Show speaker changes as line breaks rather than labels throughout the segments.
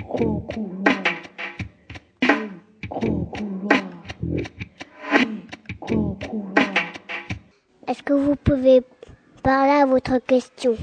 Gros couloir. Gros couloir. Gros couloir.
Est-ce que vous pouvez parler à votre question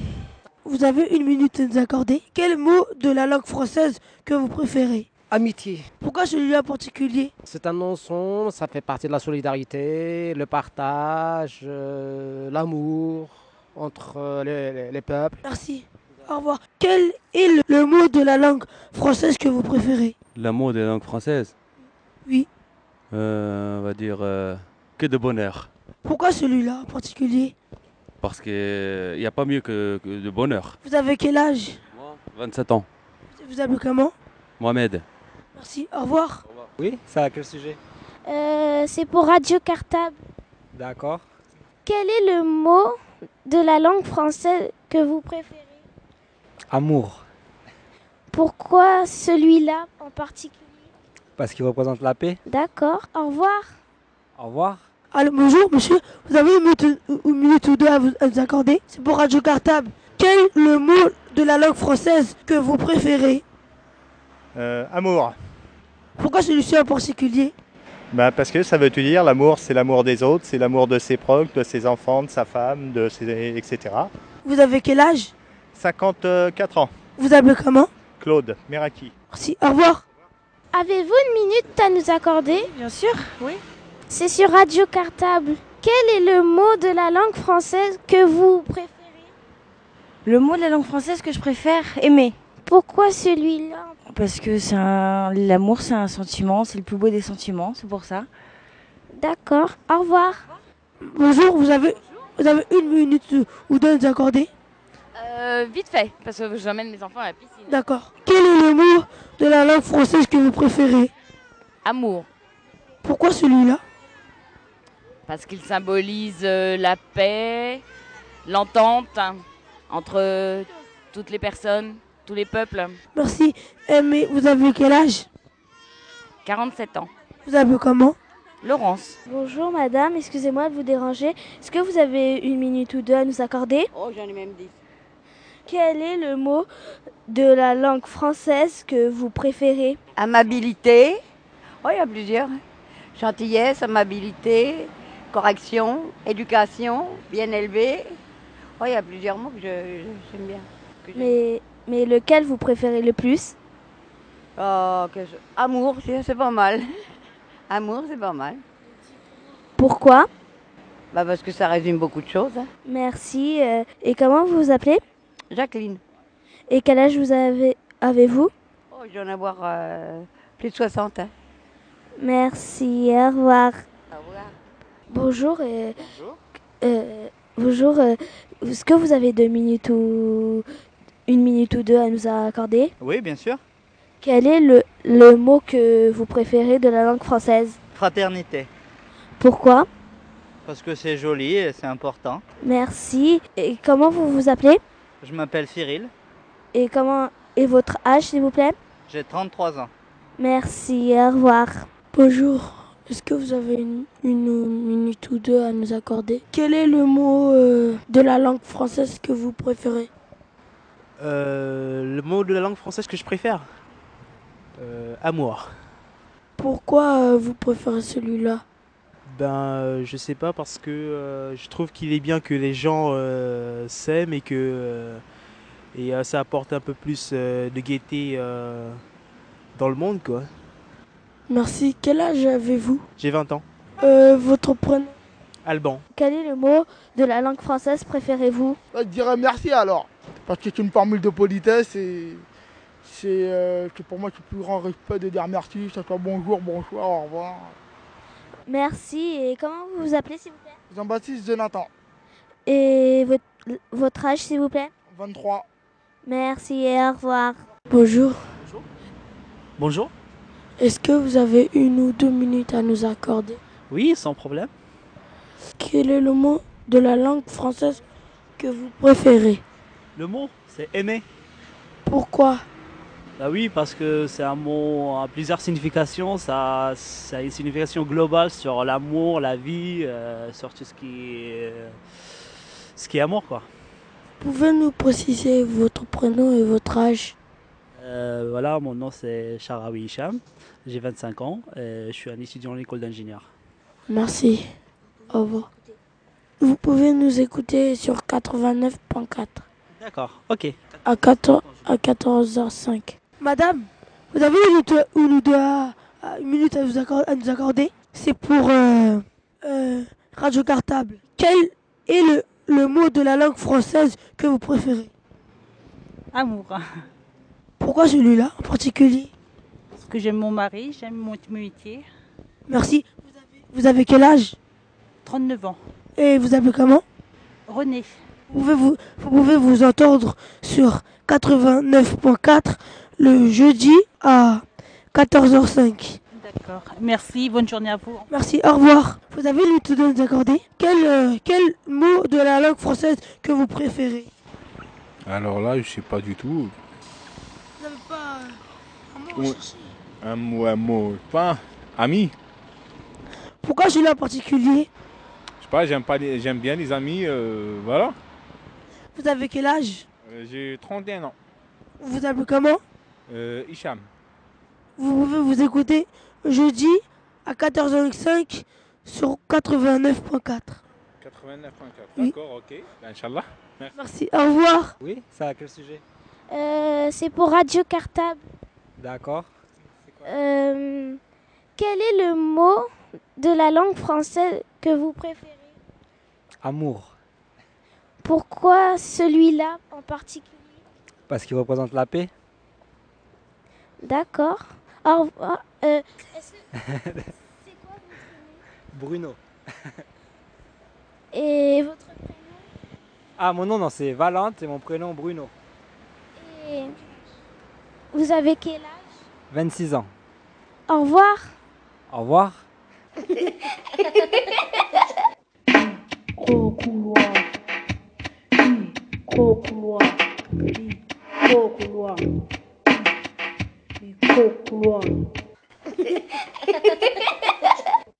Vous avez une minute à nous accorder. Quel mot de la langue française que vous préférez
Amitié,
Pourquoi celui-là en particulier
c'est un ensemble, ça fait partie de la solidarité, le partage, euh, l'amour entre euh, les- les- les peuples.
Merci. Au revoir. Quel est le, le mot de la langue française que vous préférez
L'amour des langues françaises
Oui.
Euh, on va dire euh, que de bonheur.
Pourquoi celui-là en particulier
Parce qu'il n'y a pas mieux que, que de bonheur.
Vous avez quel âge
27 ans.
Vous appelez comment
Mohamed.
Merci. Au revoir.
Oui, c'est à quel sujet
Euh, C'est pour Radio Cartable.
D'accord.
Quel est le mot de la langue française que vous préférez
Amour,
Pourquoi celui-là en particulier
parce qu'il représente la paix.
D'accord. Au revoir.
Au revoir.
Allô, bonjour monsieur. Vous avez une minute, une minute ou deux à vous, à nous accorder C'est pour Radio Cartable. Quel est le mot de la langue française que vous préférez
Euh, amour.
Pourquoi celui-ci en particulier
Bah, parce que ça veut tout dire, l'amour c'est l'amour des autres, c'est l'amour de ses proches, de ses enfants, de sa femme, de ses... etc.
Vous avez quel âge
54 ans,
Vous appelez comment
Claude Meraki.
Merci. Au revoir.
Avez-vous une minute à nous accorder
Bien sûr, oui.
C'est sur Radio Cartable. Quel est le mot de la langue française que vous préférez
Le mot de la langue française que je préfère, aimer.
Pourquoi celui-là
Parce que c'est un... l'amour, c'est un sentiment, c'est le plus beau des sentiments, c'est pour ça.
D'accord. Au revoir.
Bonjour. Vous avez, vous avez une minute ou deux à nous accorder
Euh, vite fait, parce que j'emmène mes enfants à la piscine.
D'accord. Quel est le mot de la langue française que vous préférez
Amour,
Pourquoi celui-là
parce qu'il symbolise euh, la paix, l'entente hein, entre euh, toutes les personnes, tous les peuples.
Merci. Eh, mais vous avez quel âge
47 ans.
Vous appelez comment
Laurence.
Bonjour madame, excusez-moi de vous déranger. Est-ce que vous avez une minute ou deux à nous accorder
Oh, j'en ai même dit.
Quel est le mot de la langue française que vous préférez
Amabilité. Oh, il y a plusieurs. Gentillesse, amabilité, correction, éducation, bien élevé. Oh, il y a plusieurs mots que je- je- j'aime bien. que j'aime.
mais, mais lequel vous préférez le plus
Oh, que je- Amour, c'est c'est pas mal. Amour, c'est pas mal.
Pourquoi
Bah, parce que ça résume beaucoup de choses. hein.
Merci. euh, et comment vous vous appelez
Jacqueline.
Et quel âge vous avez avez-vous
Oh, je vais en avoir euh, plus de 60. hein.
Merci, au revoir.
Au revoir.
Bonjour. euh, euh, bonjour. euh, Est-ce que vous avez deux minutes ou une minute ou deux à nous accorder
Oui, bien sûr.
Quel est le, le mot que vous préférez de la langue française
Fraternité,
Pourquoi
parce que c'est joli et c'est important.
Merci. Et comment vous vous appelez
Je m'appelle Cyril,
Et comment et votre âge, s'il vous plaît
j'ai 33 ans.
Merci. Au revoir.
Bonjour. Est-ce que vous avez une, minute ou deux à nous accorder Quel est le mot euh, de la langue française que vous préférez
Euh, le mot de la langue française que je préfère Euh, Amour.
Pourquoi euh, vous préférez celui-là
Ben, euh, je sais pas, parce que euh, je trouve qu'il est bien que les gens euh, s'aiment et que. euh, et euh, ça apporte un peu plus euh, de gaieté euh, dans le monde, quoi.
Merci. Quel âge avez-vous Euh,
J'ai 20 ans.
Votre prénom
Alban.
Quel est le mot de la langue française préférez-vous
Bah, je dirais merci alors, parce que c'est une formule de politesse et c'est euh, c'est pour moi c'est le plus grand respect de dire merci, que ce soit bonjour, bonsoir, au revoir.
Merci. Et comment vous vous appelez, s'il vous plaît
Jean-Baptiste Jonathan,
Et votre, votre âge, s'il vous plaît
23.
Merci. et Au revoir.
Bonjour.
Bonjour.
Est-ce que vous avez une ou deux minutes à nous accorder
Oui, sans problème.
Quel est le mot de la langue française que vous préférez
Le mot, c'est aimer.
Pourquoi
Bah oui, parce que c'est un mot à plusieurs significations. Ça, ça a une signification globale sur l'amour, la vie, euh, sur tout ce qui est, euh,
ce qui est amour, quoi.
Pouvez-vous nous préciser votre prénom et votre âge
Euh, voilà, mon nom c'est Charawi Hicham, j'ai 25 ans, et je suis un étudiant en école d'ingénieur.
Merci. Au revoir. Vous pouvez nous écouter sur 89.4
D'accord, ok.
à 14, à 14h05. Madame, vous avez une minute, une ou deux à- à- une minute à, vous accor- à nous accorder C'est pour euh, euh, Radio Cartable. Quel est le, le mot de la langue française que vous préférez
Amour.
Pourquoi celui-là en particulier
Parce que j'aime mon mari, j'aime mon métier.
Merci. Vous avez, vous avez quel âge
39 ans.
Et vous appelez comment
René.
vous pouvez vous, vous pouvez vous entendre sur 89.4 le jeudi à 14h05.
D'accord. Merci, bonne journée à vous.
Merci, au revoir. Vous avez le tout de nous accorder quel, euh, quel mot de la langue française que vous préférez
Alors là, je sais pas du tout.
euh,
Ouais. Un mot, un mot. Pas ami.
Pourquoi celui-là en particulier
Je sais pas, j'aime pas les- j'aime bien les amis, euh, voilà.
Vous avez quel âge
Euh, J'ai 31 ans.
Vous vous appelez comment
Euh, Hicham.
Vous pouvez vous écouter jeudi à 14h05 sur 89.4.
89.4.
Oui.
D'accord, ok. Ben, Inch'Allah.
Merci, au revoir.
Oui, ça à quel sujet
Euh, c'est pour Radio Cartable.
D'accord.
Euh, quel est le mot de la langue française que vous préférez
Amour,
Pourquoi celui-là en particulier
parce qu'il représente la paix.
D'accord. Au revoir. Euh, est-ce que-
Bruno.
et votre
Ah, mon nom, non, c'est Valente et mon prénom, Bruno.
et vous avez quel âge
26 ans.
Au revoir.
Au revoir.
Gros couloir. Hum, Gros couloir. Hum, Gros couloir. Hum, Gros couloir.